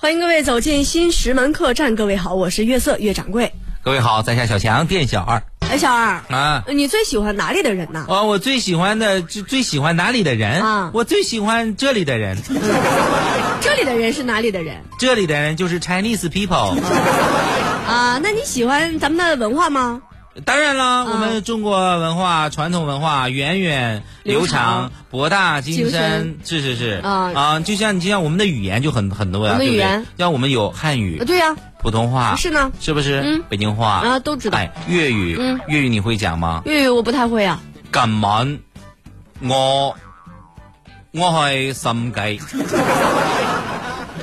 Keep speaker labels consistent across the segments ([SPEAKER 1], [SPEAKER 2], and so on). [SPEAKER 1] 欢迎各位走进新石门客栈。各位好，我是月色月掌柜。
[SPEAKER 2] 各位好，在下小强店小二
[SPEAKER 1] 哎，小二，
[SPEAKER 2] 啊。
[SPEAKER 1] 你最喜欢哪里的人呢？
[SPEAKER 2] 哦，我最喜欢的最最喜欢哪里的人？
[SPEAKER 1] 啊
[SPEAKER 2] 我最喜欢这里的人，
[SPEAKER 1] 这里的人是哪里的人
[SPEAKER 2] 这里的人就是 Chinese people。
[SPEAKER 1] 啊？那你喜欢咱们的文化吗？
[SPEAKER 2] 当然了，
[SPEAKER 1] 嗯
[SPEAKER 2] 我们中国文化、传统文化源远流
[SPEAKER 1] 流
[SPEAKER 2] 长、博大
[SPEAKER 1] 精
[SPEAKER 2] 精
[SPEAKER 1] 深
[SPEAKER 2] 深，是是是
[SPEAKER 1] 啊
[SPEAKER 2] 就像就像我们的语言就很很多呀、
[SPEAKER 1] 我们的语
[SPEAKER 2] 对不对
[SPEAKER 1] 言
[SPEAKER 2] 像我们有汉
[SPEAKER 1] 啊，
[SPEAKER 2] 语、
[SPEAKER 1] 对呀、
[SPEAKER 2] 普通话，
[SPEAKER 1] 是呢
[SPEAKER 2] 是不是？
[SPEAKER 1] 嗯
[SPEAKER 2] 北京话
[SPEAKER 1] 啊都知道
[SPEAKER 2] 哎，粤语，
[SPEAKER 1] 嗯
[SPEAKER 2] 粤语你会讲吗？
[SPEAKER 1] 粤语我不太会啊。
[SPEAKER 2] 今晚我我系心计。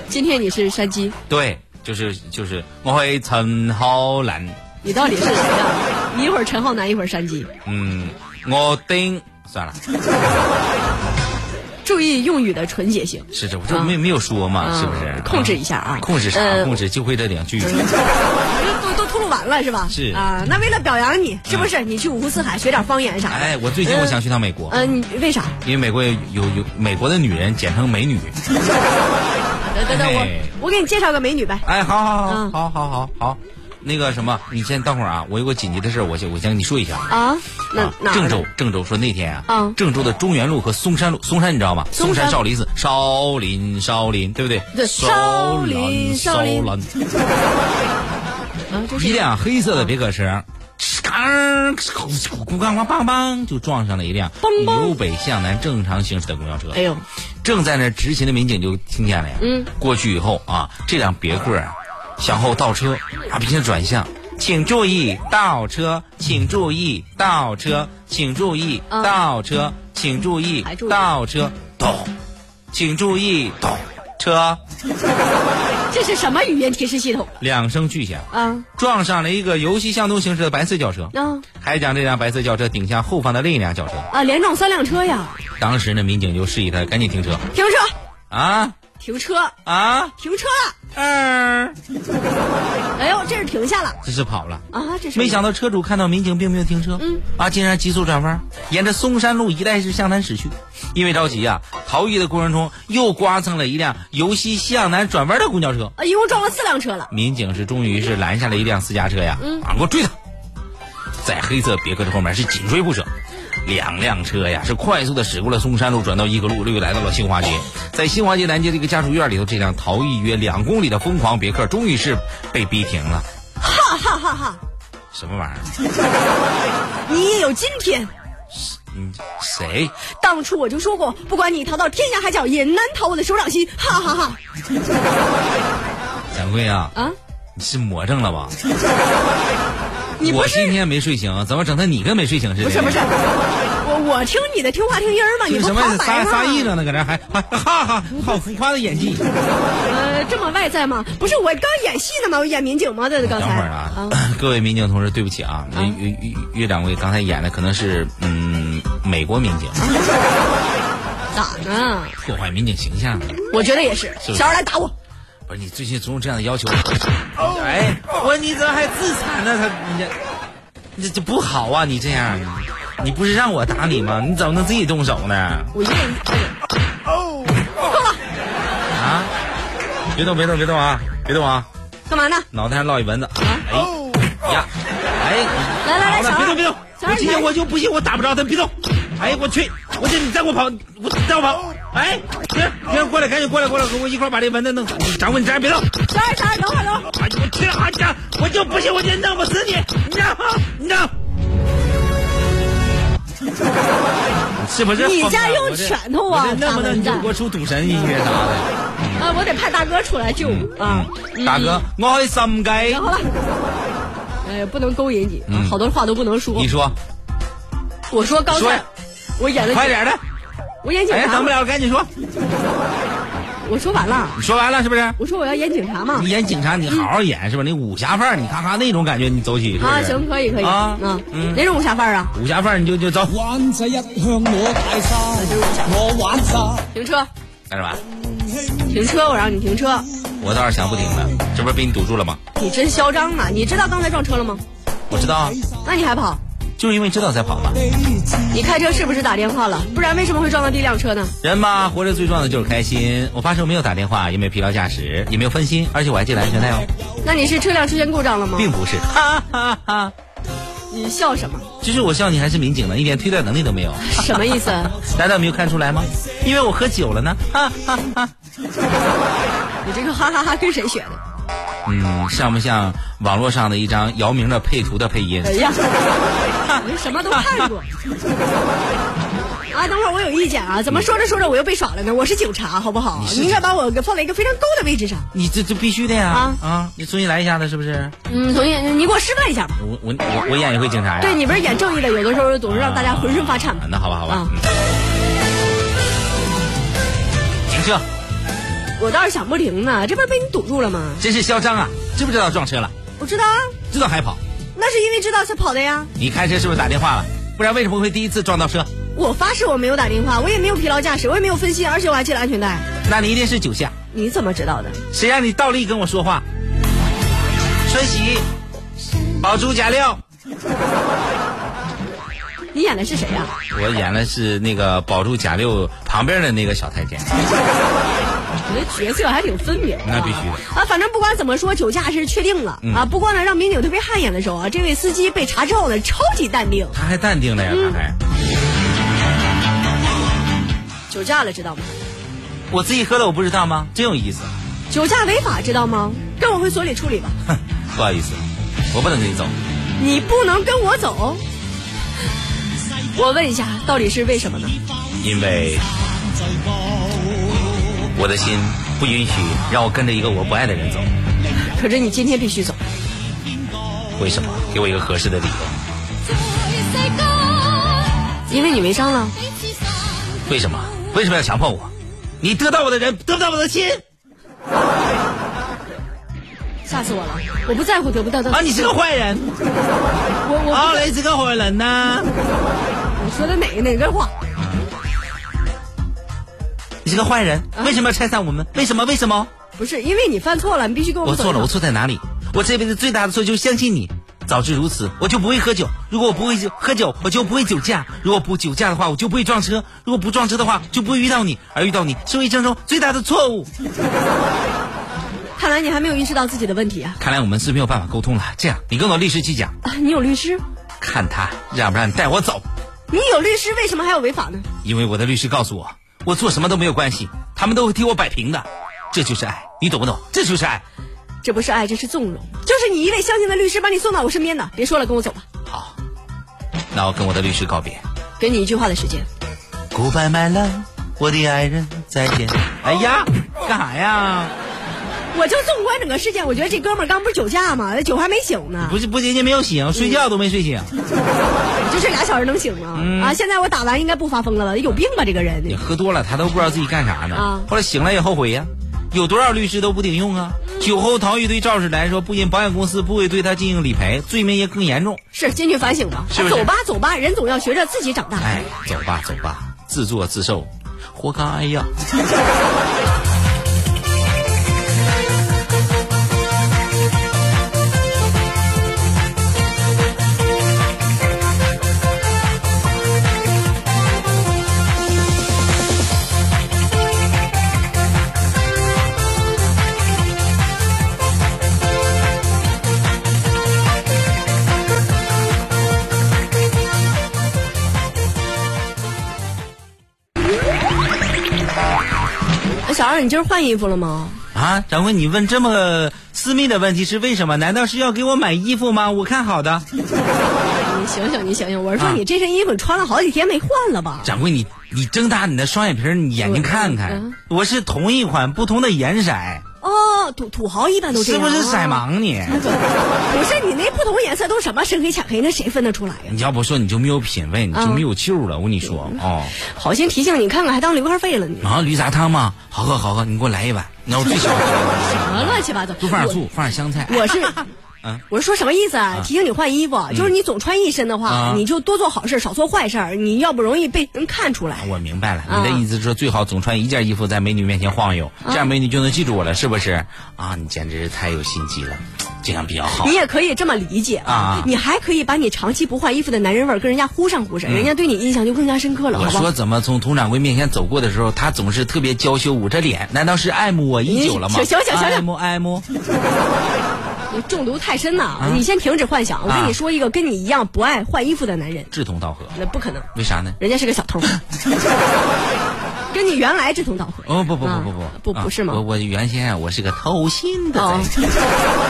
[SPEAKER 1] 今天你是山鸡，
[SPEAKER 2] 对，就是就是，我会陈浩南，
[SPEAKER 1] 你到底是谁啊？你一会儿陈浩南，一会儿山鸡。
[SPEAKER 2] 嗯，我丁算了，
[SPEAKER 1] 注意用语的纯洁性，
[SPEAKER 2] 是这，我就没、没有说嘛，
[SPEAKER 1] 嗯
[SPEAKER 2] 是不是？嗯
[SPEAKER 1] 控制一下啊
[SPEAKER 2] 控制啥？
[SPEAKER 1] 呃
[SPEAKER 2] 控制就会这两句。
[SPEAKER 1] 都都吐露完了是吧？
[SPEAKER 2] 是嗯
[SPEAKER 1] 啊，那为了表扬你，是不是你去五湖四海学点方言啥的？
[SPEAKER 2] 哎，我最近我想去趟美国，
[SPEAKER 1] 嗯、你为啥？
[SPEAKER 2] 因为美国有有有美国的女人简称美女。
[SPEAKER 1] 等等等，
[SPEAKER 2] 哎
[SPEAKER 1] 我我给你介绍个美女呗。
[SPEAKER 2] 哎，好好好、
[SPEAKER 1] 嗯
[SPEAKER 2] 好好好好，那个什么，你先等会儿啊，我有个紧急的事儿，我先我先跟你说一下。
[SPEAKER 1] 啊，那
[SPEAKER 2] 啊
[SPEAKER 1] 哪儿
[SPEAKER 2] 郑州，郑州说那天啊，
[SPEAKER 1] 嗯
[SPEAKER 2] 郑州的中原路和嵩山路，嵩山你知道吗？
[SPEAKER 1] 嵩
[SPEAKER 2] 嵩
[SPEAKER 1] 山
[SPEAKER 2] 山少林寺，少林少林，对不对？
[SPEAKER 1] 对少林少
[SPEAKER 2] 少
[SPEAKER 1] 林
[SPEAKER 2] 林。
[SPEAKER 1] 啊，这
[SPEAKER 2] 一
[SPEAKER 1] 是
[SPEAKER 2] 辆黑色的别克车，咣咣咣梆梆就撞上了一辆
[SPEAKER 1] 梆梆
[SPEAKER 2] 由北向南正常行驶的公交车。
[SPEAKER 1] 哎呦，
[SPEAKER 2] 正在那执勤的民警就听见了呀。
[SPEAKER 1] 嗯，
[SPEAKER 2] 过去以后啊，这辆别克啊向后倒车，啊，并且转向。请注意倒车，请注意倒车，请注意
[SPEAKER 1] 嗯
[SPEAKER 2] 倒车，请注意
[SPEAKER 1] 还注意
[SPEAKER 2] 倒车，咚，请注意咚，车
[SPEAKER 1] 这是什么语言提示系统
[SPEAKER 2] 两声巨响，
[SPEAKER 1] 啊？
[SPEAKER 2] 撞上了一个由西向东行驶的白色轿车。
[SPEAKER 1] 啊
[SPEAKER 2] 还将这辆白色轿车顶向后方的另一辆轿车。
[SPEAKER 1] 啊，连撞三辆车呀！
[SPEAKER 2] 当时呢，民警就示意他赶紧停车。
[SPEAKER 1] 停车，
[SPEAKER 2] 啊
[SPEAKER 1] 停车，
[SPEAKER 2] 啊，
[SPEAKER 1] 停车！
[SPEAKER 2] 嗯，
[SPEAKER 1] 哎呦，这是停下了
[SPEAKER 2] 这是跑了。
[SPEAKER 1] 啊，这是
[SPEAKER 2] 没想到车主看到民警并没有停车，
[SPEAKER 1] 嗯，
[SPEAKER 2] 啊，竟然急速转弯，沿着嵩山路一带是向南驶去。因为着急啊，逃逸的过程中又刮蹭了一辆由西向南转弯的公交车。
[SPEAKER 1] 啊，一共撞了四辆车了。
[SPEAKER 2] 民警是终于是拦下了一辆私家车呀，啊，给我追他！在黑色别克的后面是紧追不舍，两辆车呀是快速的驶过了嵩山路，转到一个路，又来到了新华街。在新华街南街这个家属院里头，这辆逃逸约两公里的疯狂别克终于是被逼停了。
[SPEAKER 1] 哈哈哈，
[SPEAKER 2] 什么玩意儿？
[SPEAKER 1] 你也有今天。
[SPEAKER 2] 嗯，谁？
[SPEAKER 1] 当初我就说过，不管你逃到天涯海角，也难逃我的手掌心。哈哈哈！
[SPEAKER 2] 掌柜啊，
[SPEAKER 1] 啊，
[SPEAKER 2] 你是魔怔了吧？
[SPEAKER 1] 你不
[SPEAKER 2] 我
[SPEAKER 1] 是
[SPEAKER 2] 今天没睡醒，怎么整的你跟没睡醒似
[SPEAKER 1] 不
[SPEAKER 2] 的？
[SPEAKER 1] 是不是，我我听你的，听话听音儿嘛，你
[SPEAKER 2] 这
[SPEAKER 1] 不
[SPEAKER 2] 什么
[SPEAKER 1] 旁白
[SPEAKER 2] 撒
[SPEAKER 1] 吗？
[SPEAKER 2] 撒意了呢？搁这还还哈哈，好浮夸的演技。
[SPEAKER 1] 呃，这么外在吗？不是，我刚演戏呢嘛，我演民警吗？这刚才。
[SPEAKER 2] 等会儿啊， 各位民警同志，对不起啊，
[SPEAKER 1] 啊
[SPEAKER 2] 岳岳岳掌柜刚才演的可能是嗯美国民警，
[SPEAKER 1] 啊咋呢？
[SPEAKER 2] 破坏民警形象。
[SPEAKER 1] 我觉得也是。
[SPEAKER 2] 是不是
[SPEAKER 1] 小二来打我，
[SPEAKER 2] 不是你最近总有这样的要求，
[SPEAKER 1] 哦
[SPEAKER 2] 哎，我说你怎么还自残呢？他你这你这这不好啊！你这样，你不是让我打你吗？你怎么能自己动手呢？
[SPEAKER 1] 我一个人。哦
[SPEAKER 2] 啊！别动，别动，别动啊！别动啊！
[SPEAKER 1] 干嘛呢？
[SPEAKER 2] 脑袋上落一蚊子。哎呀！哎，
[SPEAKER 1] 啊哦来来来
[SPEAKER 2] 好
[SPEAKER 1] 小
[SPEAKER 2] 了
[SPEAKER 1] 二
[SPEAKER 2] 别动别动！
[SPEAKER 1] 小二
[SPEAKER 2] 我今天
[SPEAKER 1] 你来
[SPEAKER 2] 我就不信我打不着他，别动！哎，我去！我这你再给我跑，我再给我跑！哎，停停，过来，赶紧过来，过来，我一块儿把这蚊子弄。掌柜，你站着别动！
[SPEAKER 1] 小二，小二，等会儿，等会儿。
[SPEAKER 2] 哎，我去！哎呀，我就不信，我就弄不死你！你让，你让。 是不是？
[SPEAKER 1] 你家用拳头啊
[SPEAKER 2] 我这弄不弄你
[SPEAKER 1] 大笨
[SPEAKER 2] 就
[SPEAKER 1] 蛋
[SPEAKER 2] 给我出赌神音乐啥的？
[SPEAKER 1] 啊，我得派大哥出来救我啊。嗯
[SPEAKER 2] 嗯，大哥，我的心计。
[SPEAKER 1] 然后了。哎，不能勾引你，啊好多话都不能说
[SPEAKER 2] 嗯你。说，
[SPEAKER 1] 我说刚
[SPEAKER 2] 说
[SPEAKER 1] 才
[SPEAKER 2] 呀，
[SPEAKER 1] 我演了，
[SPEAKER 2] 快点的！
[SPEAKER 1] 我演警
[SPEAKER 2] 哎，
[SPEAKER 1] 察
[SPEAKER 2] 等不
[SPEAKER 1] 嘛。
[SPEAKER 2] 了了，赶紧说。
[SPEAKER 1] 我说完了，
[SPEAKER 2] 你说完了是不是？
[SPEAKER 1] 我说我要演警察嘛
[SPEAKER 2] 你。演警察，你好好演是吧？那武侠范儿，你咔咔那种感觉，你走起是不是
[SPEAKER 1] 啊，行，可以，可以。
[SPEAKER 2] 啊
[SPEAKER 1] 嗯，
[SPEAKER 2] 嗯
[SPEAKER 1] 哪种武侠范儿啊？
[SPEAKER 2] 武侠范儿你就就走，
[SPEAKER 3] 玩仔一向我大晒，我玩晒。
[SPEAKER 1] 停车，
[SPEAKER 2] 干什么？
[SPEAKER 1] 停车，我让你停车。
[SPEAKER 2] 我倒是想不停呢，这不是被你堵住了吗？
[SPEAKER 1] 你真嚣张呢！你知道刚才撞车了吗？
[SPEAKER 2] 我知道啊，
[SPEAKER 1] 那你还跑？
[SPEAKER 2] 就是因为知道在跑嘛。
[SPEAKER 1] 你开车是不是打电话了？不然为什么会撞到第一辆车呢？
[SPEAKER 2] 人吧，活着最重要的就是开心。我发誓我没有打电话，也没有疲劳驾驶，也没有分心，而且我还系了安全带哦，
[SPEAKER 1] 那你是车辆出现故障了吗？
[SPEAKER 2] 并不是， 哈哈哈。
[SPEAKER 1] 你笑什么？
[SPEAKER 2] 就是我笑你还是民警呢，一点推断能力都没有，
[SPEAKER 1] 什么意思？
[SPEAKER 2] 难道没有看出来吗？因为我喝酒了呢。哈哈哈。
[SPEAKER 1] 你这个哈哈哈跟谁学的？
[SPEAKER 2] 嗯，像不像网络上的一张姚明的配图的配音
[SPEAKER 1] 哎？呀，我什么都看过。啊，等会儿我有意见啊！怎么说着说着我又被耍了呢？我是警察，好不好？
[SPEAKER 2] 是
[SPEAKER 1] 你应该把我给放在一个非常高的位置上。
[SPEAKER 2] 你这这必须的呀！啊你重新来一下子是不是？
[SPEAKER 1] 嗯，同学，你给我示范一下吧。
[SPEAKER 2] 我我我我演一回警察呀？
[SPEAKER 1] 对你不是演正义的，有的时候总是让大家浑身发颤
[SPEAKER 2] 啊。那好吧好吧。
[SPEAKER 1] 啊
[SPEAKER 2] 嗯停车！
[SPEAKER 1] 我倒是想不停呢，这不是被你堵住了吗？
[SPEAKER 2] 真是嚣张啊！知不知道撞车了？
[SPEAKER 1] 我知道啊，
[SPEAKER 2] 知道还跑？
[SPEAKER 1] 那是因为知道才跑的呀。
[SPEAKER 2] 你开车是不是打电话了？不然为什么会第一次撞到车？
[SPEAKER 1] 我发誓我没有打电话，我也没有疲劳驾驶，我也没有分心，而且我还系了安全带。
[SPEAKER 2] 那你一定是酒驾。
[SPEAKER 1] 你怎么知道的？
[SPEAKER 2] 谁让你倒立跟我说话？春喜，宝珠贾六，
[SPEAKER 1] 你演的是谁呀、啊
[SPEAKER 2] 我演的是那个宝珠贾六旁边的那个小太监。
[SPEAKER 1] 我觉得角色还挺分明的。
[SPEAKER 2] 那必须嗯
[SPEAKER 1] 啊！反正不管怎么说，酒驾是确定了、啊。不过呢，让民警特别汗颜的时候啊，这位司机被查之后呢，超级淡定，
[SPEAKER 2] 他还淡定了呀，
[SPEAKER 1] 嗯
[SPEAKER 2] 他还。
[SPEAKER 1] 酒驾了，知道吗？
[SPEAKER 2] 我自己喝了，我不知道吗？真有意思。
[SPEAKER 1] 酒驾违法，知道吗？跟我回所里处理吧。
[SPEAKER 2] 哼，不好意思，我不能跟你走。
[SPEAKER 1] 你不能跟我走。我问一下，到底是为什么呢？
[SPEAKER 2] 因为我的心不允许让我跟着一个我不爱的人走。
[SPEAKER 1] 可是你今天必须走。
[SPEAKER 2] 为什么？给我一个合适的理由。
[SPEAKER 1] 因为你违章了，
[SPEAKER 2] 为什么？为什么要强迫我？你得到我的人，得不到我的心
[SPEAKER 1] 吓死我了！我不在乎得不到的，
[SPEAKER 2] 啊！你是个坏人
[SPEAKER 1] 我我、
[SPEAKER 2] 啊！你是个坏人呐、
[SPEAKER 1] 你说的哪个哪个话？
[SPEAKER 2] 你是个坏人，
[SPEAKER 1] 啊
[SPEAKER 2] 为什么要拆散我们？为什么？为什么？
[SPEAKER 1] 不是因为你犯错了，你必须跟我
[SPEAKER 2] 我
[SPEAKER 1] 们走。
[SPEAKER 2] 错了，我错在哪里？我这辈子最大的错就是相信你。早知如此，我就不会喝酒。如果我不会酒喝酒，我就不会酒驾。如果不酒驾的话，我就不会撞车。如果不撞车的话，就不会遇到你。而遇到你是我一生中最大的错误。
[SPEAKER 1] 看来你还没有意识到自己的问题啊！
[SPEAKER 2] 看来我们是没有办法沟通了。这样，你跟我律师去讲，
[SPEAKER 1] 啊你有律师，
[SPEAKER 2] 看他让不让你带我走。
[SPEAKER 1] 你有律师，为什么还要违法呢？
[SPEAKER 2] 因为我的律师告诉我，我做什么都没有关系，他们都会替我摆平的。这就是爱，你懂不懂？这就是爱。
[SPEAKER 1] 这不是爱，这是纵容，就是你一位相信的律师把你送到我身边的。别说了，跟我走吧，
[SPEAKER 2] 好，那我跟我的律师告别。
[SPEAKER 1] 给你一句话的时间。
[SPEAKER 2] Goodbye, my love，我的爱人，再见。哎呀，干啥呀？
[SPEAKER 1] 我就纵观整个事件，我觉得这哥们儿刚不是酒驾吗？酒还没醒呢，
[SPEAKER 2] 不是不仅仅没有醒，睡觉都没睡醒。
[SPEAKER 1] 就这俩小时能醒吗？
[SPEAKER 2] 嗯
[SPEAKER 1] 啊，现在我打完应该不发疯了吧？有病吧这个人？
[SPEAKER 2] 你喝多了，他都不知道自己干啥呢。
[SPEAKER 1] 啊
[SPEAKER 2] 后来醒了也后悔呀。有多少律师都不顶用啊？酒后逃逸对肇事来说，不仅保险公司不会对他进行理赔，罪名也更严重。
[SPEAKER 1] 是进去反省吧，
[SPEAKER 2] 是不是
[SPEAKER 1] 走吧走吧，人总要学着自己长大。
[SPEAKER 2] 哎，走吧走吧，自作自受，活该呀！
[SPEAKER 1] 小二，你今儿换衣服了吗？
[SPEAKER 2] 啊，掌柜，你问这么私密的问题是为什么？难道是要给我买衣服吗？我看好的。
[SPEAKER 1] 你嗯醒醒，你醒醒！我是说
[SPEAKER 2] 啊
[SPEAKER 1] 你这身衣服你穿了好几天没换了吧？
[SPEAKER 2] 掌柜，你你睁大你的双眼皮儿，你眼睛看看
[SPEAKER 1] 嗯，
[SPEAKER 2] 我是同一款不同的颜色，
[SPEAKER 1] 哦，土土豪一般都这
[SPEAKER 2] 是
[SPEAKER 1] 样，
[SPEAKER 2] 不是色
[SPEAKER 1] 嘛？
[SPEAKER 2] 盲你？
[SPEAKER 1] 不是你那不同颜色都什么深黑浅黑，那谁分得出来呀？
[SPEAKER 2] 你要不说你就没有品味，你就
[SPEAKER 1] 嗯
[SPEAKER 2] 没有救了。我跟你说哦，
[SPEAKER 1] 好心提醒你，看看还当零块费了你。
[SPEAKER 2] 啊，驴杂汤嘛，好喝好喝，你给我来一碗。那我最喜欢喝。
[SPEAKER 1] 什么啊乱七八糟！
[SPEAKER 2] 多放点
[SPEAKER 1] 我
[SPEAKER 2] 醋，放点香菜。
[SPEAKER 1] 我 是，我是说什么意思啊？提醒你换衣服，就是你总穿一身的话
[SPEAKER 2] 嗯啊，
[SPEAKER 1] 你就多做好事，少做坏事儿，你要不容易被人看出来。
[SPEAKER 2] 我明白了，
[SPEAKER 1] 啊
[SPEAKER 2] 你的意思是说最好总穿一件衣服
[SPEAKER 1] 嗯
[SPEAKER 2] 在美女面前晃悠，这样美女就能记住我了，是不是？啊，你简直太有心机了，这样比较好
[SPEAKER 1] 你。也可以这么理解
[SPEAKER 2] 啊
[SPEAKER 1] 你还可以把你长期不换衣服的男人味儿跟人家呼上呼上，人家对你印象就更加深刻了，
[SPEAKER 2] 嗯我
[SPEAKER 1] 好不
[SPEAKER 2] 说
[SPEAKER 1] 好？
[SPEAKER 2] 怎么从佟掌柜面前走过的时候，他总是特别娇羞，捂着脸，难道是爱慕我已久了吗？
[SPEAKER 1] 你小小小小
[SPEAKER 2] 爱慕爱慕，
[SPEAKER 1] 你中毒太深呐、
[SPEAKER 2] 啊
[SPEAKER 1] 你先停止幻想。我跟你说一个跟你一样不爱换衣服的男人，
[SPEAKER 2] 志同道 合，
[SPEAKER 1] 那不可能，
[SPEAKER 2] 为啥呢？
[SPEAKER 1] 人家是个小 偷，跟你原来志同道合。
[SPEAKER 2] 哦不不不
[SPEAKER 1] 啊
[SPEAKER 2] 不不
[SPEAKER 1] 不
[SPEAKER 2] 啊
[SPEAKER 1] 不是吗
[SPEAKER 2] 我我原先啊，我是个偷心的
[SPEAKER 1] 哦
[SPEAKER 2] 贼，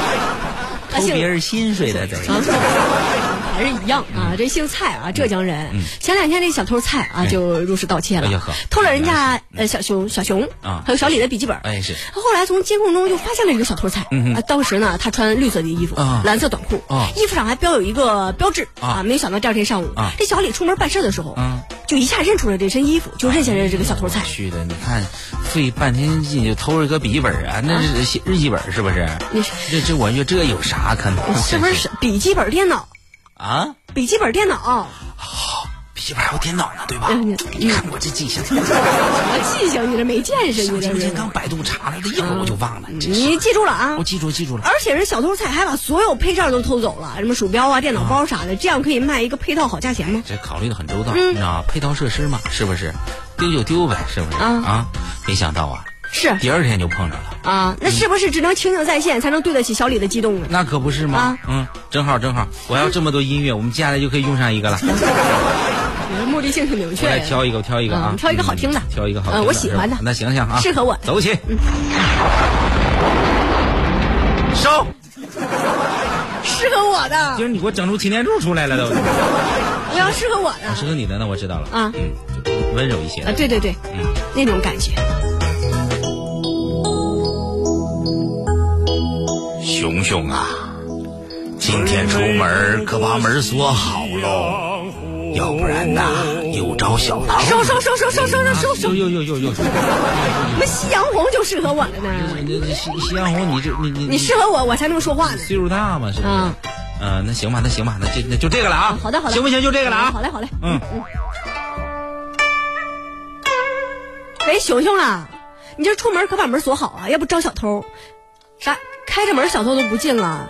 [SPEAKER 1] 他
[SPEAKER 2] 偷
[SPEAKER 1] 姓
[SPEAKER 2] 别人薪水的贼。
[SPEAKER 1] 啊，还是一样啊。
[SPEAKER 2] 嗯
[SPEAKER 1] 这姓蔡啊，浙江人。前两天这小偷蔡啊就入室盗窃了
[SPEAKER 2] 哎哎呀呵，
[SPEAKER 1] 偷了人家呃小熊小熊
[SPEAKER 2] 啊
[SPEAKER 1] 还有小李的笔记本。
[SPEAKER 2] 哎是嗯
[SPEAKER 1] 后来从监控中就发现了一个小偷蔡，啊，当时呢他穿绿色的衣服
[SPEAKER 2] 啊，
[SPEAKER 1] 蓝色短裤
[SPEAKER 2] 啊，
[SPEAKER 1] 衣服上还标有一个标志
[SPEAKER 2] 啊
[SPEAKER 1] 啊。没有想到第二天上午
[SPEAKER 2] 啊，
[SPEAKER 1] 这小李出门办事的时候
[SPEAKER 2] 嗯，啊
[SPEAKER 1] 就一下认出了这身衣服，就认下来这个小偷蔡。
[SPEAKER 2] 去的，你看，费半天劲就偷了个笔记本啊，那是写日记本是不是？
[SPEAKER 1] 你是哦
[SPEAKER 2] 这这我觉得这有啥可能？
[SPEAKER 1] 是不
[SPEAKER 2] 真
[SPEAKER 1] 是笔记本电脑？
[SPEAKER 2] 啊？
[SPEAKER 1] 笔记本电脑，
[SPEAKER 2] 笔记本还有电脑呢，对吧？
[SPEAKER 1] 嗯
[SPEAKER 2] 你看我这记性，
[SPEAKER 1] 什么记性？你这没见识，
[SPEAKER 2] 我
[SPEAKER 1] 你这
[SPEAKER 2] 这不
[SPEAKER 1] 是
[SPEAKER 2] 是刚百度查来的，一会儿我就忘了。真是，
[SPEAKER 1] 你记住了啊！
[SPEAKER 2] 我记住记住了。
[SPEAKER 1] 而且是小偷菜还把所有配件都偷走了，什么鼠标啊、电脑包啥的，这样可以卖一个配套好价钱吗？
[SPEAKER 2] 这考虑的很周到，
[SPEAKER 1] 嗯
[SPEAKER 2] 你知道吗？配套设施嘛，是不是？丢就丢呗，是不是？
[SPEAKER 1] 啊
[SPEAKER 2] 啊！没想到啊，
[SPEAKER 1] 是
[SPEAKER 2] 第二天就碰着了，
[SPEAKER 1] 啊，那是不是只能情景再现，才能对得起小李的激动呢？
[SPEAKER 2] 那可不是吗
[SPEAKER 1] 啊？嗯
[SPEAKER 2] 嗯，正好正好，我要这么多音乐，我们接下来就可以用上一个了。
[SPEAKER 1] 你的目的性很明确
[SPEAKER 2] 嗯我。来挑一个，我挑一个啊，
[SPEAKER 1] 嗯挑一个好听的
[SPEAKER 2] 嗯挑一个好听
[SPEAKER 1] 嗯我喜欢的
[SPEAKER 2] 是吧那行行啊，
[SPEAKER 1] 适合我的嗯
[SPEAKER 2] 走起，收，
[SPEAKER 1] 适合我的，
[SPEAKER 2] 今儿你给我整出擎天柱出来了都，
[SPEAKER 1] 我要适合我
[SPEAKER 2] 适
[SPEAKER 1] 的
[SPEAKER 2] 合你的那我知道了
[SPEAKER 1] 啊
[SPEAKER 2] 嗯，就温柔一些
[SPEAKER 1] 啊！
[SPEAKER 2] 的，
[SPEAKER 1] 对对对，
[SPEAKER 2] 嗯，
[SPEAKER 1] 那种感觉。
[SPEAKER 2] 熊熊啊，今天出门可把门锁好喽，要不然呐又招小狼。
[SPEAKER 1] 收收收收收收收收收
[SPEAKER 2] 呦，呦呦呦呦！
[SPEAKER 1] 那夕阳红就适合我了呢。
[SPEAKER 2] 你这夕夕阳红，你这你你
[SPEAKER 1] 你适合我，我才那么说话呢。
[SPEAKER 2] 岁数大嘛，是不是？嗯
[SPEAKER 1] 嗯、哦
[SPEAKER 2] 那行吧，那行吧，那就那就这个了啊。
[SPEAKER 1] 好的好的，
[SPEAKER 2] 行不行？就这个了啊。
[SPEAKER 1] 好嘞好嘞。
[SPEAKER 2] 嗯，
[SPEAKER 1] 喂，熊熊啊，你这出门可把门锁好啊，要不招小偷。啥？开着门小偷都不进了，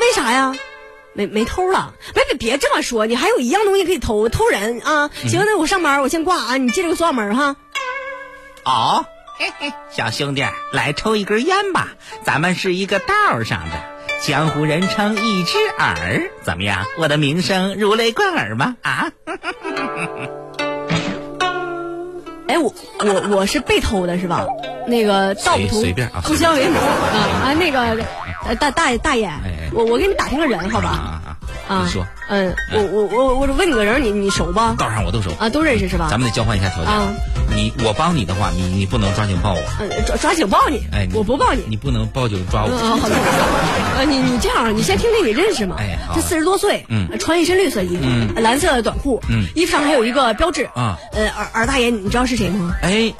[SPEAKER 1] 为啥呀？没没偷了，别别别这么说，你还有一样东西可以偷，偷人啊！行，
[SPEAKER 2] 嗯
[SPEAKER 1] 那我上班，我先挂啊，你记着个锁好门哈。
[SPEAKER 2] 好、小兄弟，来抽一根烟吧，咱们是一个道上的，江湖人称一只耳，怎么样？我的名声如雷贯耳吗？啊，
[SPEAKER 1] 哎，我我我是被偷的是吧？那个道不
[SPEAKER 2] 随
[SPEAKER 1] 同
[SPEAKER 2] 随便啊嗯
[SPEAKER 1] 不相为谋啊啊！那个呃大大爷大爷
[SPEAKER 2] 哎，
[SPEAKER 1] 我我给你打听个人好吧？
[SPEAKER 2] 啊啊！
[SPEAKER 1] 啊
[SPEAKER 2] 你说，，哎
[SPEAKER 1] 嗯，我我我我问你个人，你你熟吧？
[SPEAKER 2] 道上我都熟，
[SPEAKER 1] 啊，都认识是吧？
[SPEAKER 2] 咱们得交换一下条件。
[SPEAKER 1] 啊
[SPEAKER 2] 你我帮你的话，你你不能抓紧抱我，
[SPEAKER 1] 呃抓抓紧抱你
[SPEAKER 2] 哎，，
[SPEAKER 1] 我不抱你。
[SPEAKER 2] 你不能抱就抓我。
[SPEAKER 1] 嗯，好的。呃，你你这样，你先听听你认识吗？
[SPEAKER 2] 哎好
[SPEAKER 1] 他四十多岁，
[SPEAKER 2] 嗯
[SPEAKER 1] 呃穿一身绿色衣服，
[SPEAKER 2] 嗯
[SPEAKER 1] 蓝色的短裤，
[SPEAKER 2] 嗯
[SPEAKER 1] 衣服上还有一个标志
[SPEAKER 2] 啊
[SPEAKER 1] 呃，尔尔大爷，你知道是谁吗？
[SPEAKER 2] 哎，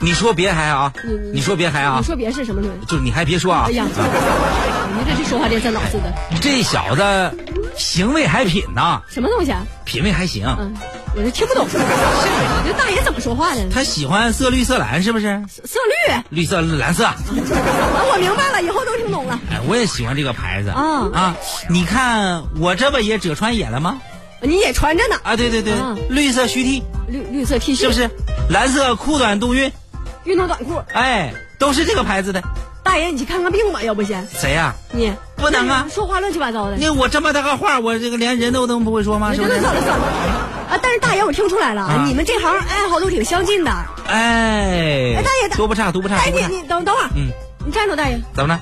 [SPEAKER 2] 你说别嗨啊！你说别嗨啊
[SPEAKER 1] 你！说别是什么东西？
[SPEAKER 2] 就是你还别说啊
[SPEAKER 1] 哎！呀，你这是说话颠三倒四的，
[SPEAKER 2] 这小子行为还品呐，
[SPEAKER 1] 什么东西啊？
[SPEAKER 2] 品味还行。
[SPEAKER 1] 嗯，我就听不懂。 是，你这大爷怎么说话的？
[SPEAKER 2] 他喜欢色绿色蓝是不是？
[SPEAKER 1] 色绿，啊，
[SPEAKER 2] 绿色蓝色，
[SPEAKER 1] 我明白了，以后都听懂了。
[SPEAKER 2] 哎，我也喜欢这个牌子
[SPEAKER 1] 啊
[SPEAKER 2] 啊！你看我这不也遮穿野了吗？
[SPEAKER 1] 你也穿着呢，
[SPEAKER 2] 啊，对对对
[SPEAKER 1] 啊，
[SPEAKER 2] 绿色须 T
[SPEAKER 1] 绿绿色 T 恤，
[SPEAKER 2] 是不是？蓝色裤短肚韵，
[SPEAKER 1] 运动短裤？
[SPEAKER 2] 哎，都是这个牌子的。
[SPEAKER 1] 大爷，你去看看病吧，要不先
[SPEAKER 2] 谁呀、
[SPEAKER 1] 你
[SPEAKER 2] 不能啊
[SPEAKER 1] 说话乱七八糟的。
[SPEAKER 2] 那我这么大个话，我这个连人都能不会说吗？是
[SPEAKER 1] 真
[SPEAKER 2] 不
[SPEAKER 1] 的
[SPEAKER 2] 是？
[SPEAKER 1] 算了算了。啊，但是大爷，我听出来了，
[SPEAKER 2] 啊
[SPEAKER 1] 你们这行爱好都挺相近的。
[SPEAKER 2] 哎
[SPEAKER 1] 哎大爷，大
[SPEAKER 2] 都不差，都不差，
[SPEAKER 1] 哎，
[SPEAKER 2] 都不
[SPEAKER 1] 你
[SPEAKER 2] 差。
[SPEAKER 1] 你等等会儿，
[SPEAKER 2] 嗯，
[SPEAKER 1] 你站住，大爷，
[SPEAKER 2] 怎么了？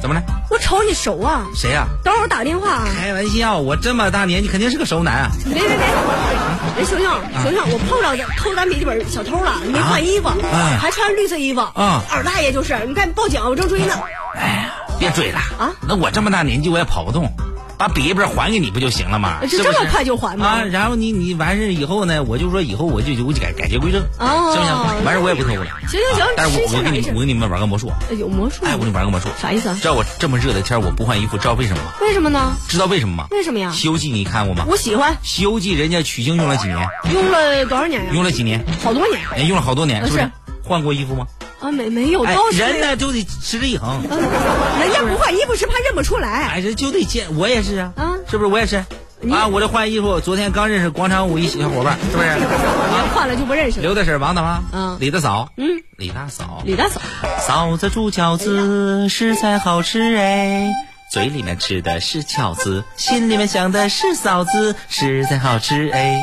[SPEAKER 2] 怎么了？
[SPEAKER 1] 我瞅你熟啊。
[SPEAKER 2] 谁呀、
[SPEAKER 1] 等会儿我打个电话啊。
[SPEAKER 2] 开玩笑，我这么大年纪肯定是个熟男啊！
[SPEAKER 1] 别别别，
[SPEAKER 2] 嗯
[SPEAKER 1] 哎，熊熊熊熊，我碰着偷咱笔记本小偷了，没换衣服，
[SPEAKER 2] 哎
[SPEAKER 1] 还穿绿色衣服。
[SPEAKER 2] 啊
[SPEAKER 1] 二大爷就是，你赶紧报警，我正追呢。
[SPEAKER 2] 哎呀，别追了
[SPEAKER 1] 啊
[SPEAKER 2] 那我这么大年纪我也跑不动，把笔记本还给你不就行了吗？
[SPEAKER 1] 这
[SPEAKER 2] 是不是
[SPEAKER 1] 这么快就还吗
[SPEAKER 2] 啊，然后你你完事以后呢，我就说以后我就我就改改邪归正，
[SPEAKER 1] 哦
[SPEAKER 2] 行不行？完事我也不偷了。
[SPEAKER 1] 行行行
[SPEAKER 2] 啊但是
[SPEAKER 1] 吃
[SPEAKER 2] 我
[SPEAKER 1] 相
[SPEAKER 2] 我给
[SPEAKER 1] 没
[SPEAKER 2] 你
[SPEAKER 1] 事
[SPEAKER 2] 我给你们玩个魔术，
[SPEAKER 1] 哎有魔术？
[SPEAKER 2] 哎，我给你玩个魔术，
[SPEAKER 1] 啥意思啊
[SPEAKER 2] 知道我这么热的天我不换衣服，知道为什么吗？
[SPEAKER 1] 为什么呢？
[SPEAKER 2] 知道为什么吗？
[SPEAKER 1] 为什么呀
[SPEAKER 2] 《西游记》你看过吗？
[SPEAKER 1] 我喜欢，
[SPEAKER 2] 《西游记》人家取经用了几年？
[SPEAKER 1] 用了多少年呀？
[SPEAKER 2] 用了几年？
[SPEAKER 1] 好多年。
[SPEAKER 2] 哎用了好多年，
[SPEAKER 1] 呃
[SPEAKER 2] 是不是
[SPEAKER 1] 是？
[SPEAKER 2] 换过衣服吗？
[SPEAKER 1] 啊，没没有，
[SPEAKER 2] 哎
[SPEAKER 1] 倒，是嗯
[SPEAKER 2] 人呢就得持之以恒。
[SPEAKER 1] 人家不换衣服是怕认不出来。
[SPEAKER 2] 哎，人就得见，我也是啊，
[SPEAKER 1] 啊
[SPEAKER 2] 是不是？我也是
[SPEAKER 1] 你
[SPEAKER 2] 啊，我这换衣服，我昨天刚认识广场舞一小伙伴，是不
[SPEAKER 1] 嗯
[SPEAKER 2] 是？
[SPEAKER 1] 换了就不认识了。
[SPEAKER 2] 刘大婶、王大妈，
[SPEAKER 1] 嗯
[SPEAKER 2] 李大嫂，
[SPEAKER 1] 嗯，
[SPEAKER 2] 李大嫂，
[SPEAKER 1] 李大嫂，
[SPEAKER 2] 嫂子煮饺子实在好吃哎，嘴里面吃的是饺子，心里面想的是嫂子，实在好吃哎。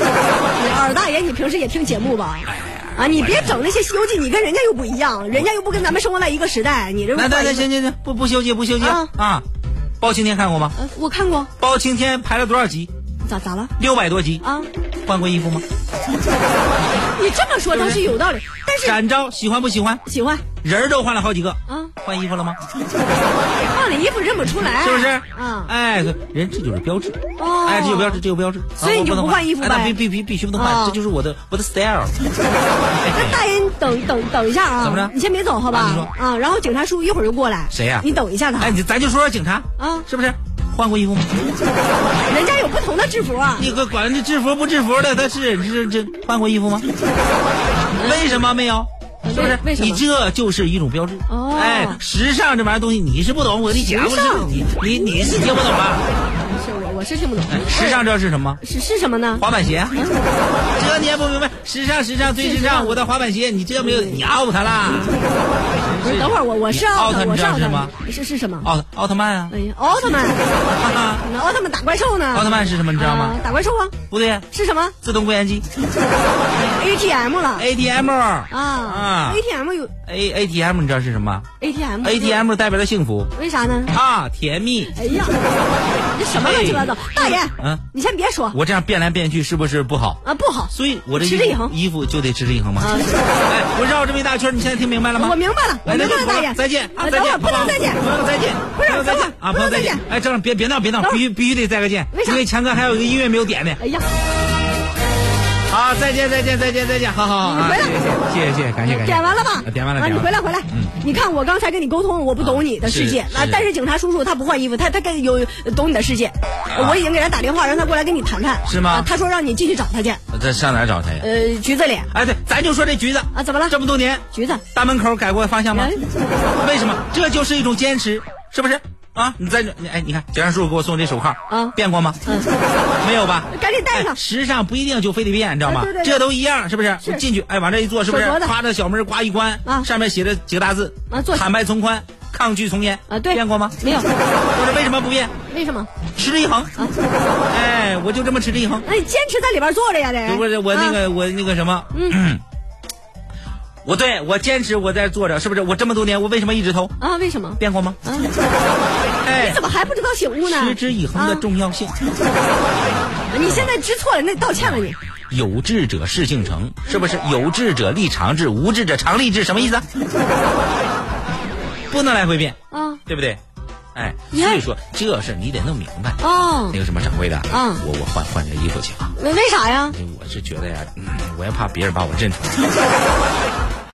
[SPEAKER 1] 二大爷，你平时也听节目吧？啊，你别整那些《西游记》，你跟人家又不一样，人家又不跟咱们生活在一个时代， 你这
[SPEAKER 2] 那那那行
[SPEAKER 1] 呃，
[SPEAKER 2] 行行，不不休息不休息
[SPEAKER 1] 啊
[SPEAKER 2] 啊！包青天看过吗？
[SPEAKER 1] 呃我看过，
[SPEAKER 2] 包青天拍了多少集？
[SPEAKER 1] 咋咋了？
[SPEAKER 2] 六百多集。
[SPEAKER 1] 啊，
[SPEAKER 2] 换过衣服吗？
[SPEAKER 1] 你这么说倒是有道理，但是
[SPEAKER 2] 展昭喜欢不喜欢？
[SPEAKER 1] 喜欢
[SPEAKER 2] 人儿都换了好几个。
[SPEAKER 1] 啊，
[SPEAKER 2] 换衣服了吗？
[SPEAKER 1] 换了衣服认不出来，
[SPEAKER 2] 是不是？
[SPEAKER 1] 啊，
[SPEAKER 2] 哎，对人这就是标志。
[SPEAKER 1] 哦
[SPEAKER 2] 哎，这有标志，这有标志。
[SPEAKER 1] 所以
[SPEAKER 2] 啊
[SPEAKER 1] 你就
[SPEAKER 2] 我能
[SPEAKER 1] 不换衣服
[SPEAKER 2] 哎
[SPEAKER 1] 呗
[SPEAKER 2] 那必必必必须不能换，
[SPEAKER 1] 哦
[SPEAKER 2] 这就是我的我的 style。
[SPEAKER 1] 那大爷，你等等等一下啊，
[SPEAKER 2] 怎么着
[SPEAKER 1] 你先别走好吧？
[SPEAKER 2] 啊你说
[SPEAKER 1] 啊，然后警察叔叔一会儿就过来。
[SPEAKER 2] 谁呀
[SPEAKER 1] 你等一下他，
[SPEAKER 2] 哎，你咱就说说警察
[SPEAKER 1] 啊
[SPEAKER 2] 是不是？换过衣服吗？
[SPEAKER 1] 人家有不同的制服啊。
[SPEAKER 2] 你可管这制服不制服的，他是这这换过衣 服吗？为什么没有？是不是？
[SPEAKER 1] 为为什么
[SPEAKER 2] 你这就是一种标志。
[SPEAKER 1] 哦
[SPEAKER 2] 哎，时尚这玩意儿东西你是不懂，我跟你讲，
[SPEAKER 1] 时
[SPEAKER 2] 我
[SPEAKER 1] 尚
[SPEAKER 2] 是你你你是听不懂啊。
[SPEAKER 1] 是我我是听不懂，
[SPEAKER 2] 哎时尚知道是什么吗？
[SPEAKER 1] 是是什么呢？
[SPEAKER 2] 滑板 鞋啊，这你也不明白？时尚时尚最时
[SPEAKER 1] 时尚
[SPEAKER 2] 尚，我的滑板鞋，你这没有你 out 啦
[SPEAKER 1] 不是，等会儿我我是
[SPEAKER 2] 你
[SPEAKER 1] 奥
[SPEAKER 2] 奥特
[SPEAKER 1] 特，我是奥
[SPEAKER 2] 你知道是
[SPEAKER 1] 特
[SPEAKER 2] 吗，
[SPEAKER 1] 是是什么？
[SPEAKER 2] ，out 奥特曼啊
[SPEAKER 1] 哎呀，奥特曼，
[SPEAKER 2] 啊，
[SPEAKER 1] 那奥特曼打怪兽呢？
[SPEAKER 2] 奥特曼是什么你知道吗
[SPEAKER 1] 啊？打怪兽啊，
[SPEAKER 2] 不对，
[SPEAKER 1] 是什么
[SPEAKER 2] 自动柜员机
[SPEAKER 1] ？ATM 了
[SPEAKER 2] ATM
[SPEAKER 1] 啊
[SPEAKER 2] 啊
[SPEAKER 1] ATM 有
[SPEAKER 2] A ATM 你知道是什么
[SPEAKER 1] ATM
[SPEAKER 2] ？ATM 代表着幸福
[SPEAKER 1] 为啥呢？
[SPEAKER 2] 啊，甜蜜。
[SPEAKER 1] 哎呀，这什么乱七八糟！大爷，
[SPEAKER 2] 嗯
[SPEAKER 1] 你先别说
[SPEAKER 2] 我这样变来变去是不是不好？
[SPEAKER 1] 啊，不好，
[SPEAKER 2] 所以我这
[SPEAKER 1] 持之以恒
[SPEAKER 2] 衣服就得持之以恒嘛。
[SPEAKER 1] 啊
[SPEAKER 2] 哎，我绕这么一大圈，你现在听明白了吗？
[SPEAKER 1] 我明白了，我
[SPEAKER 2] 哎，那
[SPEAKER 1] 明
[SPEAKER 2] 就
[SPEAKER 1] 白了，
[SPEAKER 2] 不
[SPEAKER 1] 大
[SPEAKER 2] 了
[SPEAKER 1] 爷，
[SPEAKER 2] 再见啊，
[SPEAKER 1] 啊
[SPEAKER 2] 再
[SPEAKER 1] 等会儿
[SPEAKER 2] 见，
[SPEAKER 1] 不能再见，
[SPEAKER 2] 朋友再见，
[SPEAKER 1] 不是
[SPEAKER 2] 朋友再
[SPEAKER 1] 等会
[SPEAKER 2] 见
[SPEAKER 1] 儿
[SPEAKER 2] 啊，
[SPEAKER 1] 不
[SPEAKER 2] 朋
[SPEAKER 1] 能
[SPEAKER 2] 友再
[SPEAKER 1] 再
[SPEAKER 2] 见
[SPEAKER 1] 见，
[SPEAKER 2] 哎，郑儿别别闹别闹，
[SPEAKER 1] 等会儿
[SPEAKER 2] 必须必须得再个见
[SPEAKER 1] 为，啥
[SPEAKER 2] 因为强哥还有一个音乐没有点呢。
[SPEAKER 1] 哎呀，
[SPEAKER 2] 好，再见再见再见再见，好好好啊
[SPEAKER 1] 你回来，
[SPEAKER 2] 谢谢谢谢谢，感谢感谢，
[SPEAKER 1] 点完了吧
[SPEAKER 2] 啊？点完了，
[SPEAKER 1] 啊，
[SPEAKER 2] 点
[SPEAKER 1] 你回
[SPEAKER 2] 完了。
[SPEAKER 1] 来回
[SPEAKER 2] 嗯
[SPEAKER 1] 来。你看我刚才跟你沟通，我不懂你的世界
[SPEAKER 2] 啊是
[SPEAKER 1] 啊
[SPEAKER 2] 是，
[SPEAKER 1] 但是警察叔叔他不换衣服，他他跟有懂你的世界。我已经给他打电话，让他过来跟你谈谈。
[SPEAKER 2] 啊是吗
[SPEAKER 1] 啊他说让你继续找他去。
[SPEAKER 2] 这上哪儿找他呀？
[SPEAKER 1] 呃，橘子脸
[SPEAKER 2] 哎，对，咱就说这橘子
[SPEAKER 1] 啊，怎么了？
[SPEAKER 2] 这么多年，
[SPEAKER 1] 橘子，
[SPEAKER 2] 大门口改过方向吗
[SPEAKER 1] 人？
[SPEAKER 2] 为什么？这就是一种坚持，是不是？啊，你在这，你哎，你看，警察叔叔给我送这手铐，
[SPEAKER 1] 啊
[SPEAKER 2] 变过吗？
[SPEAKER 1] 嗯，
[SPEAKER 2] 没有吧？
[SPEAKER 1] 赶紧戴上
[SPEAKER 2] 哎时尚不一定就非得变，你知道吗
[SPEAKER 1] 啊对对？对
[SPEAKER 2] 这都一样，是不是？我进去，哎，往这一坐，是不是
[SPEAKER 1] 手镯？子
[SPEAKER 2] 挎着小门呱一关，
[SPEAKER 1] 啊
[SPEAKER 2] 上面写着几个大字
[SPEAKER 1] 啊坐下
[SPEAKER 2] 坦白从宽，抗拒从严
[SPEAKER 1] 啊，对，
[SPEAKER 2] 变过吗？
[SPEAKER 1] 没有，
[SPEAKER 2] 我说为什么不变？
[SPEAKER 1] 为什么？
[SPEAKER 2] 持之以
[SPEAKER 1] 啊
[SPEAKER 2] 恒。哎，我就这么持之以恒。
[SPEAKER 1] 那你坚持在里边坐着呀，得。
[SPEAKER 2] 就不是我那
[SPEAKER 1] 啊
[SPEAKER 2] 个我那个什么，嗯， 我对我坚持我在坐着，是不是？我这么多年，我为什么一直偷？
[SPEAKER 1] 啊？为什么？
[SPEAKER 2] 变过吗？
[SPEAKER 1] 啊，
[SPEAKER 2] 哎
[SPEAKER 1] 怎，么还不知道醒悟呢？啊
[SPEAKER 2] 持之以恒的重要性。
[SPEAKER 1] 你现在知错了，那道歉了你。
[SPEAKER 2] 有志者事竟成，是不是？有志者力常志，无志者常立志，什么意思啊？不能来回变，
[SPEAKER 1] 啊
[SPEAKER 2] 对不对？哎，
[SPEAKER 1] 你
[SPEAKER 2] 所
[SPEAKER 1] 还
[SPEAKER 2] 以说这事儿你得弄明白。
[SPEAKER 1] 哦
[SPEAKER 2] 那，个什么掌柜的，
[SPEAKER 1] 嗯
[SPEAKER 2] 我我换换件衣服去啊，
[SPEAKER 1] 为为啥呀？
[SPEAKER 2] 我是觉得呀，嗯我也怕别人把我认出来。